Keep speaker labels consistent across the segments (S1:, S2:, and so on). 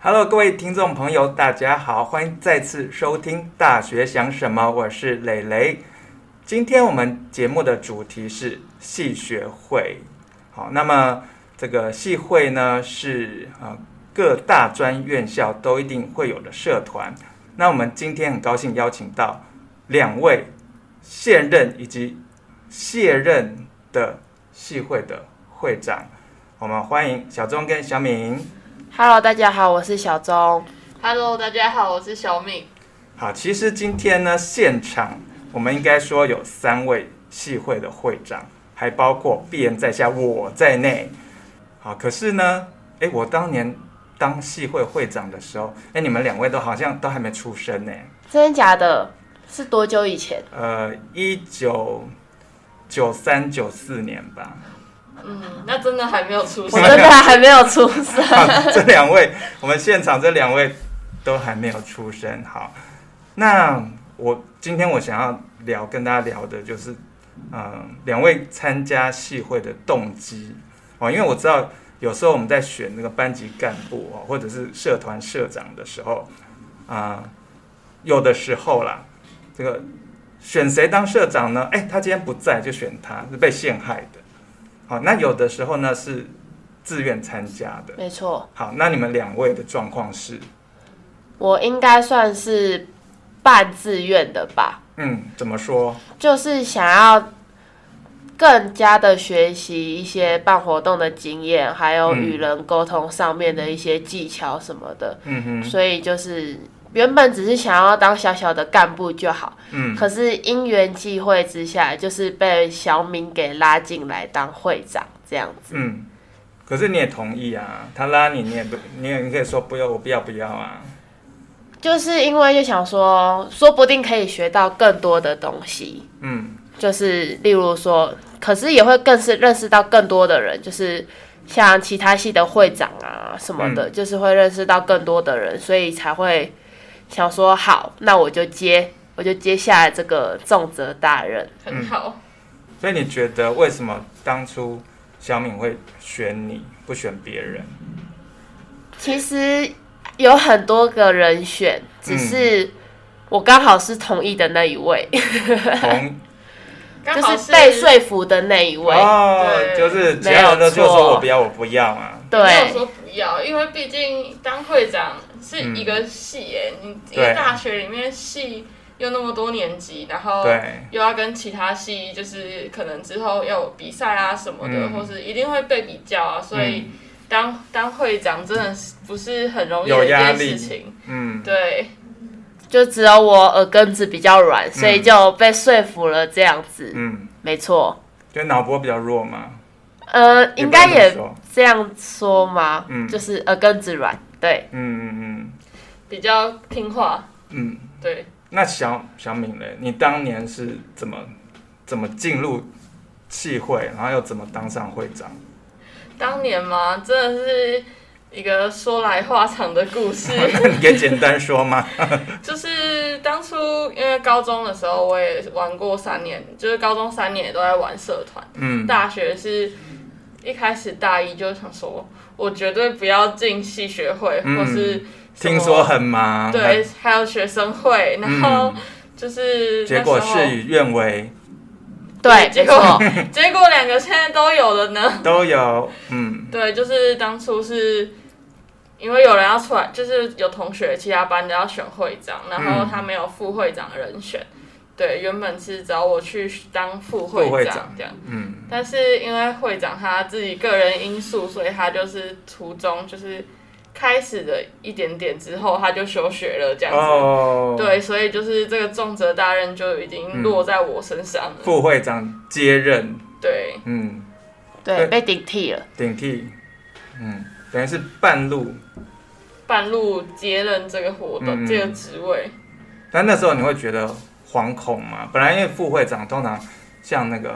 S1: Hello，各位听众朋友，大家好，欢迎再次收听《大学想什么》，我是蕾蕾。今天我们节目的主题是戏学会。好，那么这个戏会呢，是啊、呃各大专院校都一定会有的社团。那我们今天很高兴邀请到两位现任以及卸任的系会的会长，我们欢迎小钟跟小敏。
S2: Hello，大家好，我是小钟。
S3: Hello，大家好，我是小敏。
S1: 好，其实今天呢，现场我们应该说有三位系会的会长，还包括必然在下我在内。好，可是呢，诶，我当年当系会会长的时候，诶，你们两位都好像都还没出生呢。
S2: 真的假的？是多久 以前？
S1: 呃，一九九三九四年吧。
S3: 嗯，那真的还没有出
S2: 我
S3: 生。
S2: 真的还没有出生。
S1: 好 这两位，我们现场这两位都还没有出生。好，那我今天我想要聊跟大家聊的就是，嗯、两位参加系会的动机哦，因为我知道有时候我们在选那个班级干部哦，或者是社团社长的时候，啊、有的时候啦，这个选谁当社长呢？哎，他今天不在就选他，是被陷害的。好，那有的时候呢是自愿参加的。
S2: 没错，
S1: 好，那你们两位的状况是，
S2: 我应该算是半自愿的吧，
S1: 嗯，怎么说？
S2: 就是想要更加的学习一些办活动的经验，还有
S1: 嗯
S2: 与人沟通上面的一些技巧什么的。
S1: 嗯哼，
S2: 所以就是原本只是想要当小小的干部就好，
S1: 嗯，
S2: 可是因缘际会之下，就是被小敏给拉进来当会长这样子。
S1: 嗯，可是你也同意啊，他拉你，你也不，你也你可以说不要，我不要，不要啊。
S2: 就是因为就想说，说不定可以学到更多的东西，
S1: 嗯
S2: 就是例如说，可是也会更是认识到更多的人，就是像其他系的会长啊什么的，就是会认识到更多的人，所以才会想说，好，那我就接，我就接下来这个重责大任。
S3: 很好，
S1: 所以你觉得为什么当初小敏会选你，不选别人？
S2: 其实有很多个人选，只是我刚好是同意的那一位，
S1: 同
S3: 刚
S2: 就
S3: 好
S2: 是被说服的那一位。
S1: 哦，
S3: 对
S1: 就是只要
S2: 没有
S1: 那就说
S2: 错
S1: 我不要，我不要嘛。
S3: 没有
S2: 对，
S3: 说不要，因为毕竟当会长是一个系耶、你一
S1: 对
S3: 个大学里面系又那么多年级，然后
S1: 对
S3: 又要跟其他系，就是可能之后要有比赛啊什么的，
S1: 嗯
S3: 或是一定会被比较啊，所以当当会长真的是不是很容易
S1: 有
S3: 的一
S1: 压
S3: 件
S1: 力
S3: 事情。
S1: 嗯，
S3: 对，
S2: 就只有我耳根子比较软，所以就被说服了这样子。
S1: 嗯，
S2: 没错，
S1: 就脑波比较弱嘛。
S2: 呃，应该
S1: 也
S2: 也
S1: 不能这么说
S2: 这样说吗？
S1: 嗯
S2: 就是耳根子软。对，
S1: 嗯嗯
S3: 比较听话，
S1: 嗯嗯。
S3: 对，
S1: 那小小敏呢？你当年是怎么怎么进入系会，然后又怎么当上会长？
S3: 当年嘛，真的是一个说来话长的 故事。
S1: 你可以简单说吗？
S3: 就是当初因为高中的时候，我也玩过三年，就是高中三年也都在玩社团。
S1: 嗯，
S3: 大学是一开始大一就想说，我绝对不要进系学会，
S1: 嗯
S3: 或是什么
S1: 听说很忙，
S3: 对，还有学生会，然后
S1: 嗯，
S3: 就是那时
S1: 结
S3: 候
S1: 果事与愿违，
S2: 对，
S3: 结
S2: 没
S3: 果
S2: 错，
S3: 结果两个现在都有了呢。
S1: 都有，嗯
S3: 对，就是当初是因为有人要出来，就是有同学其他班的要选会长，然后
S1: 嗯
S3: 他没有副会长的人选。对，原本是找我去当副
S1: 副会
S3: 会
S1: 长
S3: 长这样，
S1: 嗯
S3: 但是因为会长他自己个人因素，所以他就是途中就是开始的一点点之后，他就休学了这样子。
S1: 哦，，
S3: 对，所以就是这个重责大任就已经
S1: 嗯
S3: 落在我身上了。
S1: 副会长接任，
S3: 对，
S1: 嗯，对
S2: 对，被顶替了。
S1: 顶替，嗯，等于是半路。
S3: 半路接任这个活动、
S1: 嗯嗯
S3: 这个职位，
S1: 但那时候你会觉得惶恐嘛？本来因为副会长通常像那个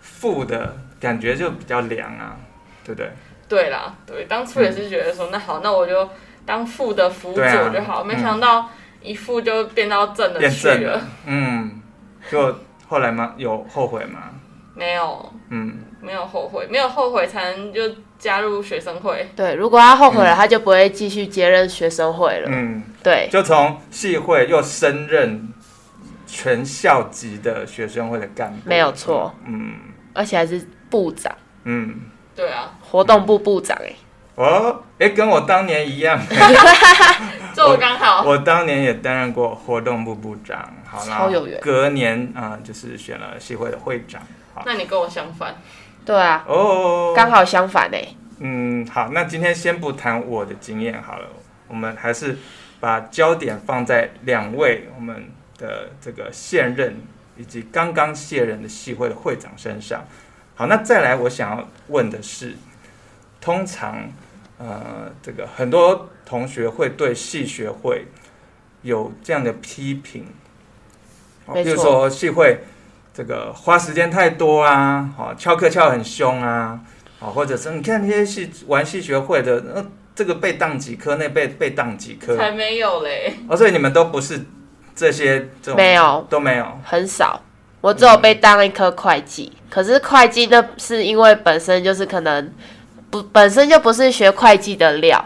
S1: 副的感觉就比较凉啊，对不对？
S3: 对啦，对，当初也是觉得说，那好，那我就当副的辅
S1: 嗯对啊
S3: 佐就好，
S1: 嗯
S3: 没想到一副就变到正的
S1: 变
S3: 去
S1: 正
S3: 了。
S1: 了，嗯，就后来嘛，有后悔吗？
S3: 没有
S1: 嗯，
S3: 没有后悔，没有后悔才能就加入学生会。
S2: 对，如果他后悔了，他就不会继续接任学生会了。
S1: 嗯，
S2: 对，
S1: 就从系会又升任全校级的学生会的干部，
S2: 没有错，
S1: 嗯
S2: 而且还是部长，
S1: 嗯，
S3: 对啊，
S2: 活动部部长、欸，
S1: 哦，哎，跟我当年一样，
S3: 这我刚好。
S1: 我当年也担任过活动部部长，好，然后
S2: 超有缘
S1: 隔年啊、呃就是选了系会的会长，好，
S3: 那你跟我相反，
S2: 对啊，
S1: 哦，
S2: 刚好相反哎、欸
S1: 嗯，好，那今天先不谈我的经验好了，我们还是把焦点放在两位我们的这个现任以及刚刚卸任的系会的会长身上。好，那再来我想要问的是，通常呃，这个很多同学会对系学会有这样的批评，好
S2: 没
S1: 比如
S2: 错
S1: 说系会这个花时间太多啊，好、翘课翘很凶啊，好、或者是你看那些系玩系学会的，呃，这个被当几科，那被被当几科，
S3: 才没有嘞。
S1: 哦，所以你们都不是这些这种
S2: 没有
S1: 都没有，
S2: 很少。我只有被当一科会计，可是会计那是因为本身就是可能不本身就不是学会计的料，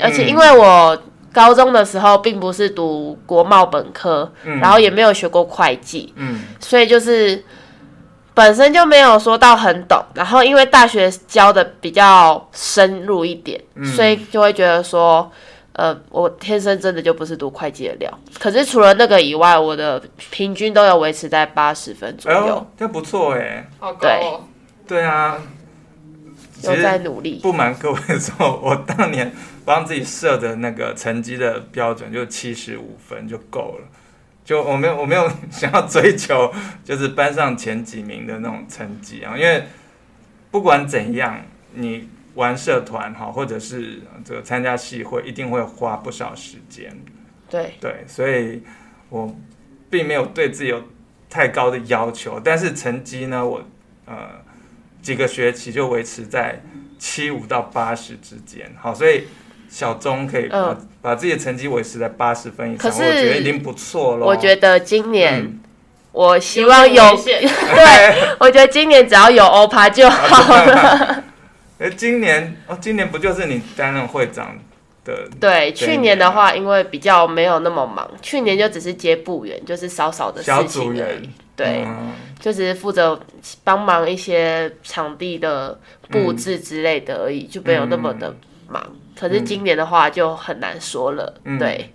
S2: 而且因为我高中的时候并不是读国贸本科，
S1: 嗯
S2: 然后也没有学过会计，
S1: 嗯
S2: 所以就是本身就没有说到很懂，然后因为大学教的比较深入一点，
S1: 嗯
S2: 所以就会觉得说，呃，我天生真的就不是读会计的料。可是除了那个以外，我的平均都有维持在八十分左
S1: 哎
S2: 右，
S1: 呦，这不错哎，
S3: 好高哦，
S1: 对啊，其
S2: 有
S1: 实
S2: 在努力。
S1: 不瞒各位说，我当年帮自己设的那个成绩的标准就七十五分就够了，就我没有我没有想要追求就是班上前几名的那种成绩啊，因为不管怎样，你玩社团哈，或者是这个参加系会，一定会花不少时间，
S2: 对，
S1: 对，所以我并没有对自己有太高的要求，但是成绩呢，我呃几个学期就维持在七五到八十之间。好，所以小钟可以把、
S2: 嗯
S1: 把自己的成绩维持在八十分以上，
S2: 可
S1: 我
S2: 是
S1: 觉得已经不错了。
S2: 我觉得今年、
S1: 嗯
S2: 我希望有，
S3: 危险
S2: 对， 我觉得今年只要有欧趴就好了。
S1: 哎，今年哦，今年不就是你担任会长的？
S2: 对，
S1: 对
S2: 去年的话，因为比较没有那么忙，去年就只是接部员，就是少少的事
S1: 小组
S2: 情而已
S1: 员。
S2: 对，
S1: 嗯
S2: 就只是负责帮忙一些场地的布置之类的而已，就没有那么的忙。可是今年的话就很难说了，
S1: 嗯
S2: 对，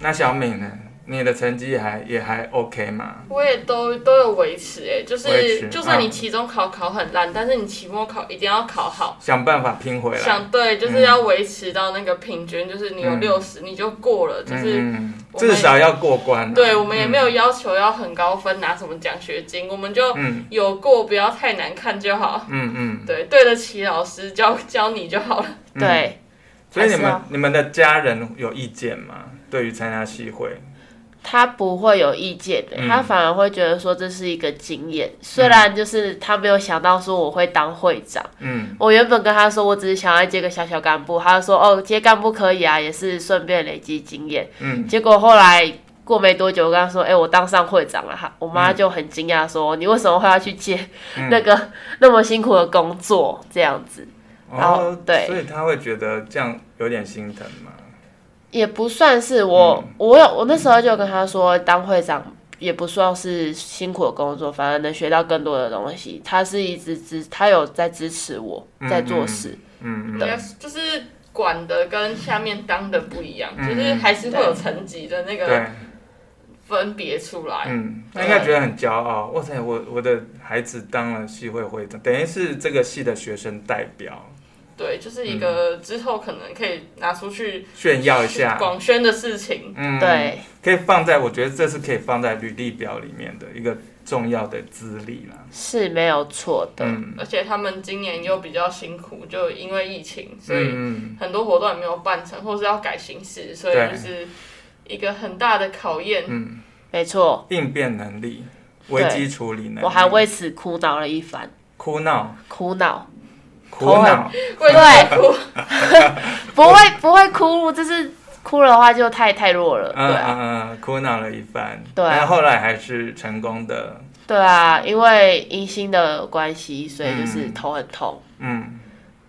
S1: 那小敏呢？你的成绩还也还 OK 吗？
S3: 我也都都有维持哎，就
S1: 维持
S3: 是就算你
S1: 嗯
S3: 期中考考很烂，但是你期末考一定要考好。
S1: 想办法拼回来。
S3: 想对，就是要维持到那个平均，就是你有
S1: 嗯
S3: 六十、你就过了，就是。
S1: 嗯，
S3: 我们
S1: 至少要过关、啊。
S3: 对，我们也没
S1: 有。
S3: 有要求要很高分拿什么奖学金，我们就
S1: 嗯
S3: 有过，不要太难看就好。
S1: 嗯嗯，
S3: 对，对得起老师教教你就好了。
S1: 嗯
S2: 对。
S1: 所以你
S2: 还是
S1: 们
S2: 要
S1: 你们的家人有意见吗？对于参加系会，
S2: 他不会有意见的，
S1: 嗯
S2: 他反而会觉得说这是一个经验。虽然就是他没有想到说我会当会长，
S1: 嗯
S2: 我原本跟他说我只是想要接个小小干部，他就说哦接干部可以啊，也是顺便累积经验。
S1: 嗯
S2: 结果后来过没多久，我跟他说：“哎、我当上会长了。”他我妈就很惊讶说：“你为什么会要去接
S1: 嗯
S2: 那个、那么辛苦的工作？”这样子然后
S1: 哦
S2: 对
S1: 所以他会觉得这样有点心疼嘛。
S2: 也不算是我，
S1: 嗯
S2: 我有我那时候就跟他说，当会长也不算是辛苦的工作，反而能学到更多的东西。他是一直支，他有在支持我
S1: 嗯
S2: 在做事，
S1: 嗯
S3: 应该是就是管的跟下面当的不一样，
S1: 嗯
S3: 就是还是会有层级的那个
S1: 对，
S3: 分别出来。
S1: 嗯，他应该觉得很骄傲。哇塞，我我的孩子当了系会会长，等于是这个系的学生代表，
S3: 对，就是一个之后可能可以拿出去
S1: 嗯炫耀一下。
S3: 广宣的事情。
S1: 嗯，，
S2: 对，
S1: 可以放在我觉得这是可以放在履历表里面的一个重要的资历啦。
S2: 是没有错的。
S1: 嗯，
S3: 而且他们今年又比较辛苦，就因为疫情，所以
S1: 嗯
S3: 很多活动也没有办成，或是要改形式，所以
S1: 对
S3: 就是一个很大的考验。
S1: 嗯。
S2: 没错，
S1: 应变能力、危机处理能力。
S2: 我还为此苦恼了一番，
S1: 哭闹，
S2: 苦恼。
S1: 苦恼，
S3: 为了哭，
S2: 不会不会哭，就是哭的话就太太弱了，对
S1: 嗯
S2: 啊，
S1: 嗯嗯，哭闹了一番，
S2: 对啊
S1: 但后来还是成功的
S2: 对啊，因为迎新的关系，所以就是头很痛。
S1: 嗯，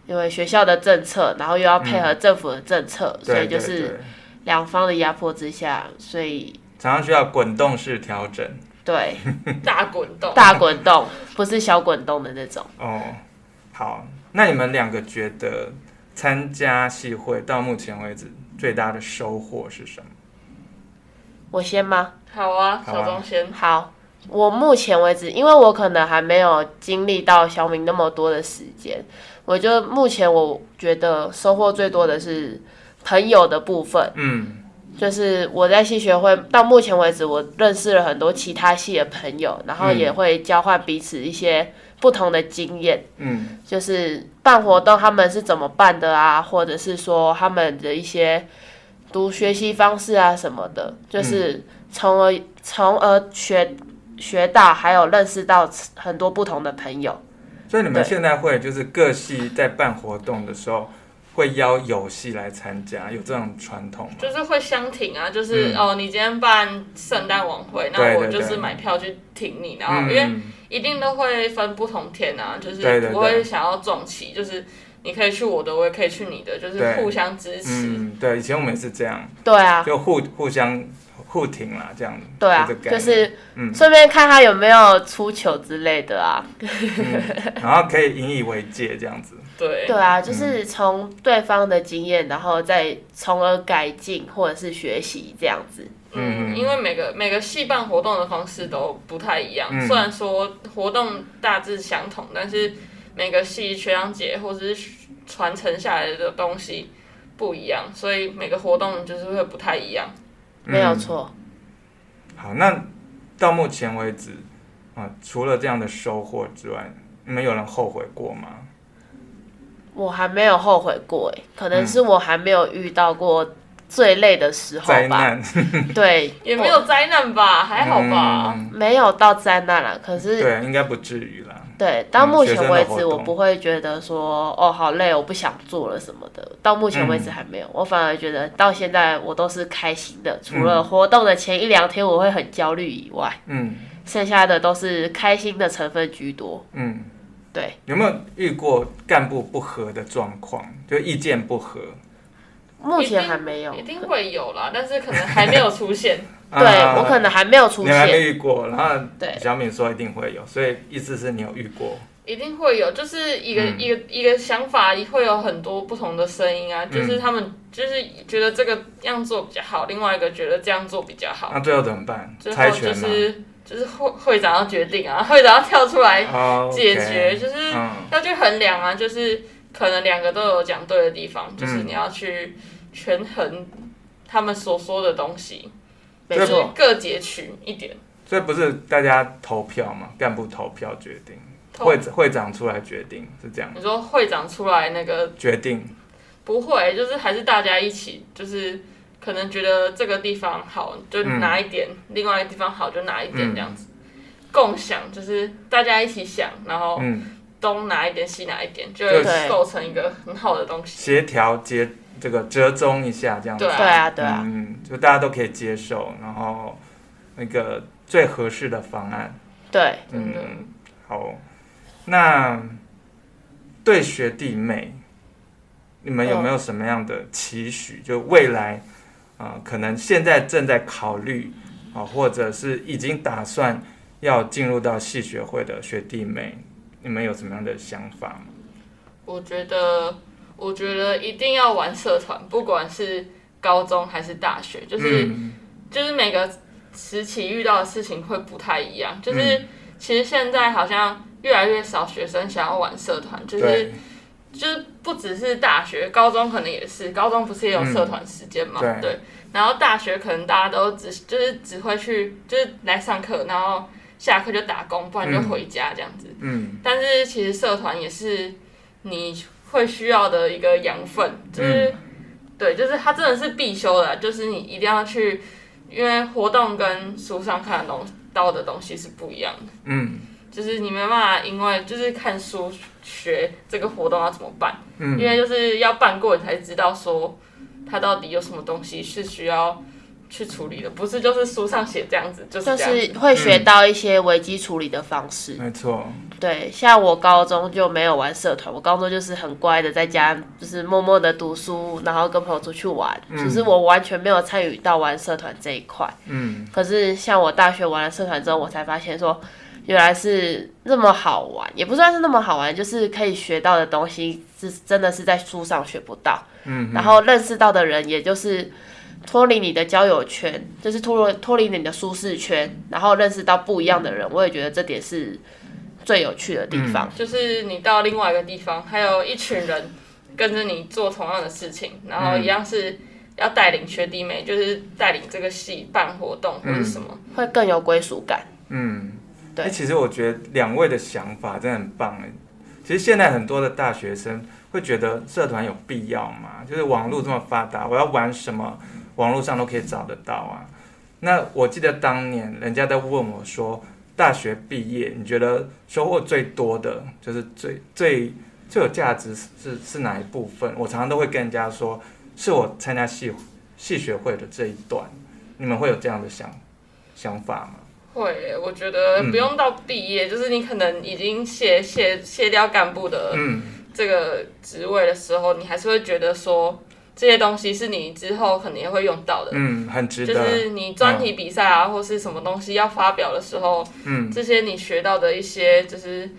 S2: 因为学校的政策，然后又要配合政府的政策，所
S1: 对
S2: 以就
S1: 对
S2: 是
S1: 对，
S2: 两方的压迫之下，所以
S1: 常常需要滚动式调整
S2: 对
S3: 大滚动。
S2: 大滚动，不是小滚动的那种。
S1: 哦。好，那你们两个觉得参加系会到目前为止最大的收获是什么？
S2: 我先吗？
S3: 好啊，
S1: 好啊
S3: 小钟先。
S2: 好，我目前为止，因为我可能还没有经历到小明那么多的时间，我就目前我觉得收获最多的是朋友的部分，
S1: 嗯
S2: 就是我在戏学会到目前为止，我认识了很多其他系的朋友，然
S1: 嗯
S2: 后也会交换彼此一些不同的经验。
S1: 嗯
S2: 就是办活动他们是怎么办的啊，或者是说他们的一些读学习方式啊什么的，
S1: 嗯
S2: 就是从而从而学学到，还有认识到很多不同的朋友。
S1: 所以你们
S2: 对
S1: 现在会就是各系在办活动的时候，会邀友系来参加，有这种传统吗？
S3: 就是会相挺啊，就是、
S1: 嗯
S3: 哦，你今天办圣诞晚会，
S1: 对
S3: 那我
S1: 对
S3: 就是
S1: 对
S3: 买票去挺你，然后
S1: 嗯，
S3: 因为一定都会分不同天啊，就
S1: 对
S3: 是
S1: 对对
S3: 不会想要撞期，就是你可以去我的，我也可以去你的，就是
S1: 对
S3: 互相支持。
S1: 嗯，对，以前我们也是这样，
S2: 对啊，
S1: 就互互相互挺啦，这样子。
S2: 对啊
S1: 这个，概
S2: 就
S1: 念
S2: 是
S1: 嗯
S2: 顺便看他有没有出糗之类的啊。
S1: 然后可以引以为戒这样子。
S3: 对，
S2: 对
S1: 嗯
S2: 啊，就是从对方的经验，然后再从而改进或者是学习这样子。
S1: 嗯
S3: 嗯，因为每个每个系办活动的方式都不太一样，
S1: 嗯
S3: 虽然说活动大致相同，但是每个系学长姐或者是传承下来的东西不一样，所以每个活动就是会不太一样。
S2: 没有
S1: 嗯
S2: 错，
S1: 好，那到目前为止，啊、除了这样的收获之外，你们有人后悔过吗？
S2: 我还没有后悔过诶，可能是我还没有遇到过最累的时候
S1: 灾
S2: 吧。
S1: 难
S2: 对，
S3: 也没有灾难吧，还好吧。
S1: 嗯
S2: 我没有到灾难了，可是
S1: 对，应该不至于啦。
S2: 对到目前为
S1: 学生的活
S2: 止，
S1: 动
S2: 我不会觉得说哦好累，我不想做了什么的。到目
S1: 嗯
S2: 前为止还没有，我反而觉得到现在我都是开心的，除了活动的前一两天我会很焦虑以外，
S1: 嗯
S2: 剩下的都是开心的成分居多。
S1: 嗯，
S2: 对，
S1: 有没有遇过干部不合的状况？就意见不合？
S2: 目前还没有。
S3: 一定会有啦，但是可能还没有出 现。
S2: 对
S1: 啊
S2: 我可能还没有出
S1: 你还没
S2: 现。
S1: 遇过，然后
S2: 对
S1: 小敏说一定会有，所以意思是你有遇过。
S3: 一定会有，就是一个、
S1: 嗯
S3: 一个一个想法，会有很多不同的声音啊。
S1: 嗯
S3: 就是他们就是觉得这个样做比较好，另外一个觉得这样做比较好，
S1: 那最后怎么办？
S3: 最
S1: 猜
S3: 后就
S1: 拳吗？
S3: 是就是会会长要决定啊，会长要跳出来
S1: 哦，OK
S3: 解决，就是
S1: 嗯
S3: 要去衡量啊，就是可能两个都有讲对的地方，就是
S1: 嗯
S3: 你要去权衡他们所说的东西，
S2: 没
S3: 就是
S2: 错，
S3: 各截取一点。
S1: 所以不是大家投票嘛，干部投票决定，
S3: 投
S1: 会会长出来决定是这样，
S3: 你说会长出来那个
S1: 决定
S3: 不会，就是还是大家一起，就是可能觉得这个地方好就拿一点，另外一个地方好就拿一点
S1: 嗯
S3: 这样子。共享就是大家一起想，然后
S1: 嗯，
S3: 东拿一点西拿一点，就
S1: 对
S3: 会构成一个很好的东西。
S1: 协调接这个折中一下这样子，
S3: 对
S2: 对啊，对啊，
S1: 嗯，就大家都可以接受，然后那个最合适的方案，
S2: 对。
S3: 真的
S1: 嗯，好，那对学弟妹，你们有没
S3: 哦
S1: 有什么样的期许？就未来啊、呃可能现在正在考虑啊、或者是已经打算要进入到系学会的学弟妹，你们有什么样的想法吗？
S3: 我觉得，我觉得一定要玩社团，不管是高中还是大学，就是、
S1: 嗯
S3: 就是每个时期遇到的事情会不太一样。就是、
S1: 嗯
S3: 其实现在好像越来越少学生想要玩社团，就是
S1: 对
S3: 就是不只是大学，高中可能也是，高中不是也有社团时间嘛、
S1: 嗯对
S3: 对。然后大学可能大家都只就是只会去就是来上课，然后下课就打工，不然就
S1: 嗯
S3: 回家这样子。
S1: 嗯
S3: 但是其实社团也是你会需要的一个养分，
S1: 嗯
S3: 就是、对，就是它真的是必修的啊，就是你一定要去，因为活动跟书上看的东到的东西是不一样的，
S1: 嗯
S3: 就是你没办法，因为就是看书学这个活动要怎么办，因
S1: 嗯
S3: 为就是要办过你才知道说它到底有什么东西是需要去处理的，不是就是书上写这样子，就是
S2: 就
S3: 这样子。
S2: 是会学到一些危机处理的方式。
S1: 没错，嗯
S2: 对，像我高中就没有玩社团，我高中就是很乖的，在家就是默默的读书，然后跟朋友出去玩，
S1: 嗯
S2: 就是我完全没有参与到玩社团这一块。
S1: 嗯
S2: 可是像我大学玩了社团之后，我才发现说，原来是那么好玩，也不算是那么好玩，就是可以学到的东西是真的是在书上学不到，
S1: 嗯，
S2: 然后认识到的人也就是脱离你的交友圈，就是脱离脱离你的舒适圈，然后认识到不一样的人，我也觉得这点是最有趣的地方。
S3: 就是你到另外一个地方，还有一群人跟着你做同样的事情，然后一样是要带领学弟妹，就是带领这个系办活动或者什么。
S2: 会更有归属感。
S1: 嗯，
S2: 对
S1: 哎其实我觉得两位的想法真的很棒哎。其实现在很多的大学生会觉得社团有必要吗？就是网络这么发达，我要玩什么，网络上都可以找得到啊。那我记得当年人家在问我说，大学毕业你觉得收获最多的，就是最最最有价值是是是哪一部分？我常常都会跟人家说，是我参加系系学会的这一段。你们会有这样的想想法吗？
S3: 会耶，我觉得不用到毕业，就是你可能已经卸卸卸掉干部的
S1: 嗯。
S3: 这个职位的时候，你还是会觉得说这些东西是你之后可能也会用到的。
S1: 嗯，很值
S3: 呃就
S1: 得。
S3: 是你专题比赛啊，或是什么东西要发表的时候，
S1: 嗯
S3: 这些你学到的一些就是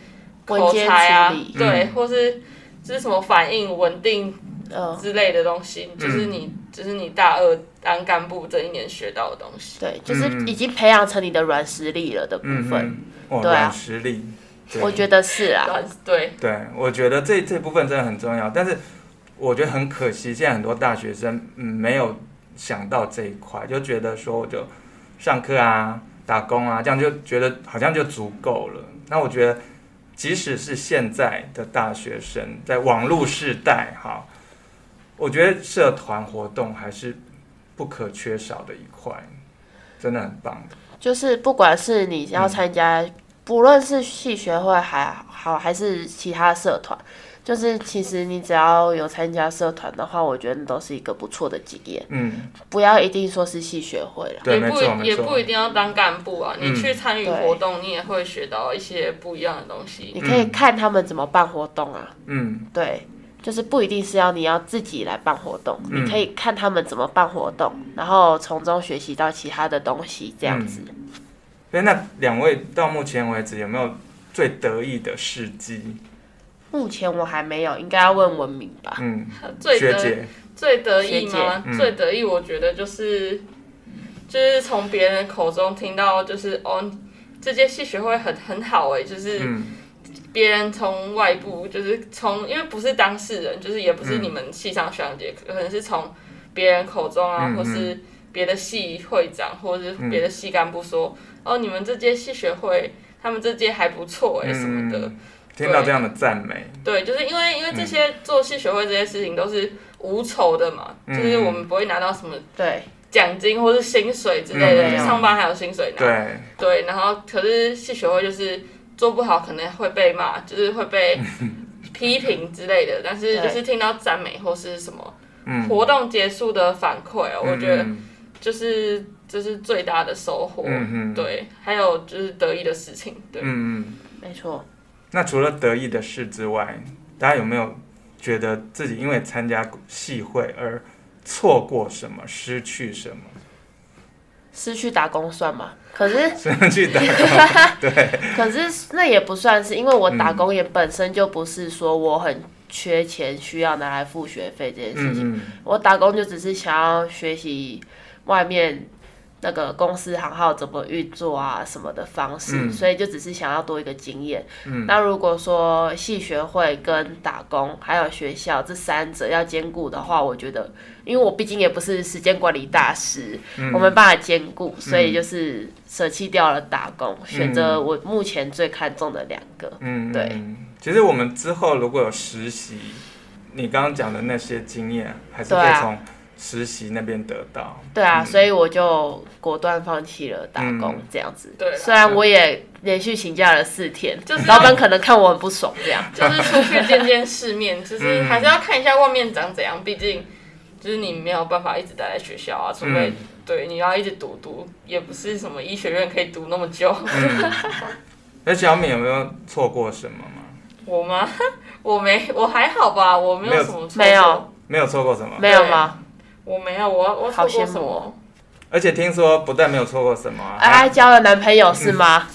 S3: 口
S2: 文件
S3: 才啊
S2: 处理，
S3: 对，
S1: 嗯
S3: 或是就是什么反应、稳定
S2: 嗯，
S3: 之类的东西，就是你就是你大二当干部这一年学到的东西。
S2: 对，就是
S1: 嗯嗯
S2: 已经培养成你的软实力了的部
S1: 嗯
S2: 分，
S1: 嗯，哇，
S2: 对啊
S1: 软实力，对
S2: 我觉得是啊。
S3: 然后对，
S1: 对，我觉得这这部分真的很重要，但是我觉得很可惜，现在很多大学生、嗯、没有想到这一块，就觉得说我就上课啊、打工啊，这样就觉得好像就足够了。那我觉得，即使是现在的大学生，在网络时代，哈，我觉得社团活动还是不可缺少的一块，真的很棒的。
S2: 就是不管是你要参加，不论是系学会还好，还是其他社团，就是其实你只要有参加社团的话，我觉得那都是一个不错的经验。
S1: 嗯，
S2: 不要一定说是系学会了，
S1: 对，
S3: 也
S1: 没
S3: 不
S1: 错，
S3: 一
S1: 没
S3: 也
S1: 错。
S3: 不一定要当干部啊，
S1: 嗯
S3: 你去参与
S2: 对
S3: 活动，你也会学到一些不一样的东西
S2: 你。可以看他们怎么办活动啊。
S1: 嗯
S2: 对，就是不一定是要你要自己来办活动，
S1: 嗯
S2: 你可以看他们怎么办活动，然后从中学习到其他的东西，这样子。
S1: 所以那两位到目前为止有没有最得意的事迹？
S2: 目前我还没有，应该要问文明吧。
S1: 嗯，
S3: 啊呃最
S1: 学
S3: 得
S1: 姐，
S3: 最得意
S1: 学姐
S3: 吗？
S1: 嗯
S3: 最得意，我觉得就是就是从别人口中听到，就是哦，这届戏学会很很好哎、就是
S1: 嗯
S3: 别人从外部，就是从因为不是当事人，就是也不是
S1: 嗯
S3: 你们系上学长姐，可能是从别人口中啊，
S1: 嗯嗯
S3: 或是别的系会长，或者是别的系干部说，
S1: 嗯
S3: 哦，你们这届戏学会，他们这届还不错哎、什么的。
S1: 嗯，听到这样的赞美，
S3: 对，就是因为因为这些做戏学会这些事情都是无酬的嘛，
S1: 嗯
S3: 就是我们不会拿到什么
S2: 对，
S3: 奖金或是薪水之类的，
S1: 嗯
S3: 就上班还有薪水拿。
S1: 对，
S3: 对啊然后可是系学会就是做不好可能会被骂，就是会 被批评之类的，但是
S2: 对
S3: 就是听到赞美或是什么
S1: 嗯，
S3: 活动结束的反馈哦、我觉得
S1: 嗯
S3: 就是这、是最大的收获。
S1: 嗯嗯，
S3: 对，还有就是得意的事情，对。
S1: 嗯嗯。
S2: 没错。
S1: 那除了得意的事之外，大家有没有觉得自己因为参加系会而错过什么、失去什么、
S2: 失去打工算吗？可是，
S1: 失去打工？
S2: 可是那也不算是，因为我打工也本身就不是说我很缺钱需要拿来付学费这件事情。
S1: 嗯嗯
S2: 我打工就只是想要学习外面那个公司行号怎么运作啊什么的方式，
S1: 嗯
S2: 所以就只是想要多一个经验。
S1: 嗯
S2: 那如果说系学会跟打工还有学校这三者要兼顾的话，我觉得，因为我毕竟也不是时间管理大师，
S1: 嗯
S2: 我没办法兼顾，所以就是舍弃掉了打工，选择我目前最看重的两个。
S1: 嗯，
S2: 对
S1: 嗯。其实我们之后如果有实习，你刚刚讲的那些经验，还是
S2: 对
S1: 可以
S2: 啊
S1: 从实习那边得到。
S2: 对啊，所以我就果断放弃了打工
S1: 嗯
S2: 这样子。
S3: 对啦
S2: 虽然我也连续请假了四天，
S3: 就是
S2: 老板可能看我很不爽这样。
S3: 就是出去见见世 面，
S1: 嗯
S3: 就是
S1: 嗯
S3: 还是要看一下外面长怎样。毕竟就是你没有办法一直待在学校啊，除非对，你要一直读读，也不是什么医学院可以读那么久。
S1: 嗯，那小米有没有错过什么吗？
S3: 我吗？ 我没，我还好吧，我没
S1: 没有
S3: 什么错
S2: 没有
S3: 过，
S1: 没有错过什么，
S2: 没有吗？
S3: 我没有，我我
S2: 好
S3: 错
S2: 羡
S3: 过
S2: 慕哦
S3: 什么？
S1: 而且听说不但没有错过什么，啊
S2: 哎、
S1: 还
S2: 交了男朋友是吗？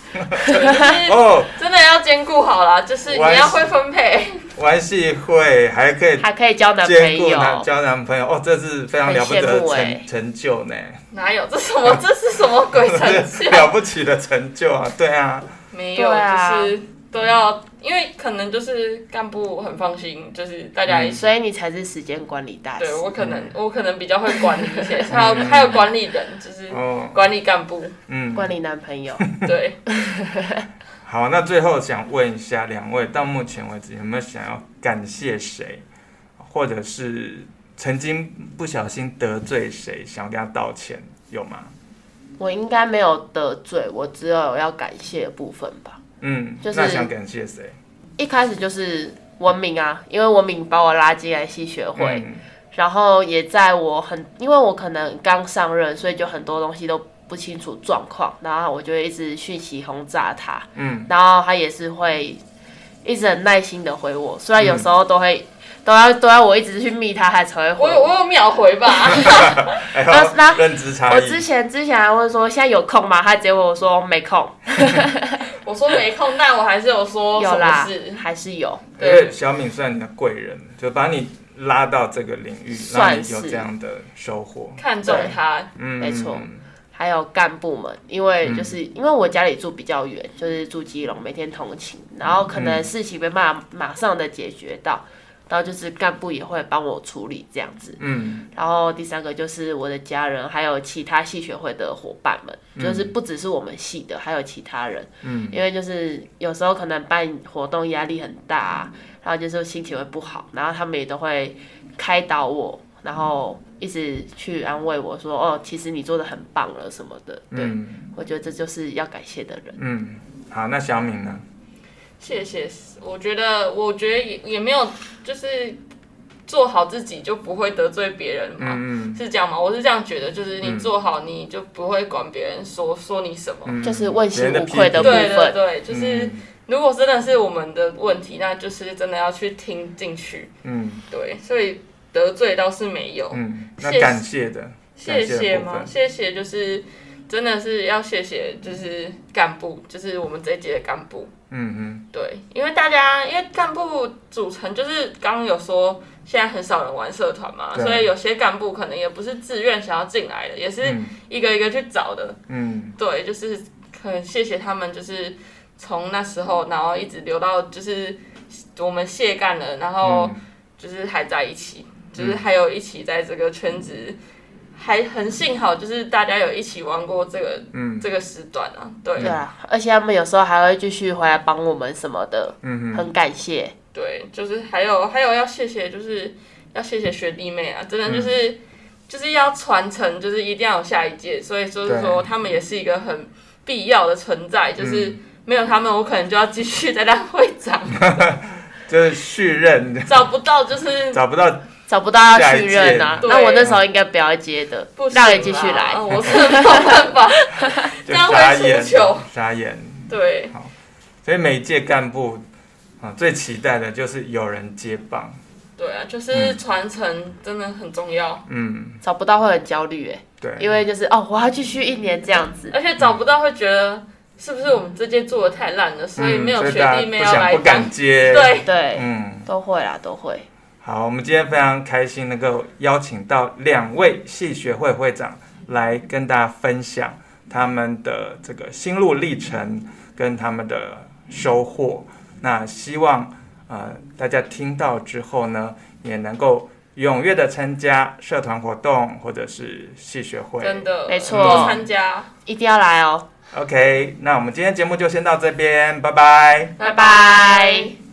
S3: 就是
S1: 哦，
S3: 真的要兼顾好啦，就是你
S1: 我还
S3: 要会分配，
S1: 玩戏会还可以
S2: 还可以交男
S1: 嗯
S2: 朋
S1: 兼顾男
S2: 友，
S1: 交男朋友，哦，这是非常了不得
S2: 很
S1: 的
S2: 羡慕
S1: 成、
S2: 欸
S1: 成就呢，
S3: 哪有这什么这是什么鬼成 就？
S1: 了不起的成就啊，对啊，
S3: 没有，
S2: 对啊
S3: 就是都要，因为可能就是干部很放心，就是大家
S1: 嗯
S3: 一起。
S2: 所以你才是时间管理大师
S3: 对。我可能我可能比较会管理一些，还有还有管理人，就是
S1: 嗯哦，
S3: 管理干部，
S1: 嗯，
S2: 管理男朋友，
S3: 对。
S1: 好，那最后想问一下两位，到目前为止有没有想要感谢谁，或者是曾经不小心得罪谁，想要跟他道歉，有吗？
S2: 我应该没有得罪，我只有要感谢的部分吧。
S1: 嗯，
S2: 就是
S1: 那想感谢谁？
S2: 一开始就是文明啊，因为文明把我拉进来系学会，
S1: 嗯
S2: 然后也在我很，因为我可能刚上任，所以就很多东西都不清楚状况，然后我就一直讯息轰炸他，
S1: 嗯，
S2: 然后他也是会一直很耐心的回我，虽然有时候都会、都要都要我一直去密他，他才会回
S3: 我有我有秒回吧，
S1: 哎
S2: 那那
S1: 呦，认知差
S2: 我
S1: 异
S2: 之，前之前还问说现在有空吗？他直接回我说没空，
S3: 我说没空，但我还是有说什
S2: 有
S3: 么
S2: 啦
S3: 事，，
S2: 还是有。
S1: 因为小敏算你的贵人，就把你拉到这个领域，
S2: 算
S1: 让你有
S2: 是
S1: 这样的收获。
S3: 看中
S2: 对
S3: 他，
S1: 嗯，
S2: 没错还有干部们，因为就是、因为我家里住比较远，就是住基隆，每天通勤，然后可能事情没办法马上的解决到，然后就是干部也会帮我处理这样子。
S1: 嗯
S2: 然后第三个就是我的家人，还有其他系学会的伙伴们，就是不只是我们系的，还有其他人，
S1: 嗯，
S2: 因为就是有时候可能办活动压力很大、啊，然后就是心情会不好，然后他们也都会开导我，然后一直去安慰我说：“哦，其实你做的很棒了什么的。”对，
S1: 嗯
S2: 我觉得这就是要感谢的人。
S1: 嗯，好，那小敏呢？
S3: 谢谢。我觉得我觉得也也没有，就是做好自己就不会得罪别人嘛，
S1: 嗯
S3: 是这样吗？我是这样觉得，就是你
S1: 嗯
S3: 做好，你就不会管别人说说你什么。
S1: 嗯，
S2: 就是问心无
S1: 别
S2: 愧
S1: 人的批评
S2: 的
S3: 对
S2: 部
S3: 对
S2: 分
S3: 对，就是
S1: 嗯
S3: 如果真的是我们的问题，那就是真的要去听进去。
S1: 嗯
S3: 对，所以得罪倒是没有。
S1: 嗯，那
S3: 哦谢
S1: 感谢的，
S3: 谢谢
S1: 感
S3: 吗？
S1: 谢
S3: 谢谢就是真的是要谢谢，就是干部，就是我们这一届的干部。
S1: 嗯
S3: 对，因为大家因为干部组成就是刚刚有说，现在很少人玩社团嘛，
S1: 对
S3: 所以有些干部可能也不是自愿想要进来的，也是
S1: 嗯
S3: 一个一个去找的。
S1: 嗯
S3: 对，就是很谢谢他们，就是从那时候，然后一直留到就是我们卸干了，然后
S1: 嗯
S3: 就是还在一起，就是还有一起在这个圈子，还很幸好就是大家有一起玩过这个
S1: 嗯
S3: 这个时段啊，对
S2: 对啊，而且他们有时候还会继续回来帮我们什么的，
S1: 嗯嗯
S2: 很感谢。
S3: 对，就是还有还有要谢谢，就是要谢谢学弟妹啊，真的就是、
S1: 嗯
S3: 就是要传承，就是一定要有下一届，所以就是说
S1: 对嗯
S3: 他们也是一个很必要的存在，就是没有他们，我可能就要继续在当会长，
S1: 就是续任，
S3: 找不到就是
S1: 找不到，
S2: 找不到要续任啊
S1: 下一，
S3: 届
S2: 那我那时候应该不要接的
S3: 不，行啦啊
S2: 让你继续来。
S3: 我真的没有 办法，
S1: 就
S3: 这样会
S1: 傻眼
S3: 出糗，
S1: 傻眼。
S3: 对
S1: 所以每一届干部啊，最期待的就是有人接棒。
S3: 对啊，就是传承真的很重要，
S1: 嗯，
S2: 找不到会很焦虑哎，
S1: 对，
S2: 因为就是哦，我要继续一年这样
S1: 嗯
S2: 子。
S3: 而且找不到会觉得是不是我们这届做的太烂了，所以
S1: 嗯
S3: 没有
S1: 所以
S3: 学
S1: 大家
S3: 弟妹
S1: 不
S3: 要
S1: 想
S3: 来
S1: 不敢
S3: 当，
S1: 接。，
S3: 对。
S2: 对，
S1: 嗯，
S2: 都会啦，都会。
S1: 好，我们今天非常开心能够邀请到两位系学会会长来跟大家分享他们的这个心路历程跟他们的收获。那希望呃大家听到之后呢，也能够踊跃的参加社团活动或者是系学会。
S3: 真的，
S2: 没错
S3: 多参加，
S2: 一定要来哦。
S1: OK，那我们今天节目就先到这边，拜拜。
S2: 拜拜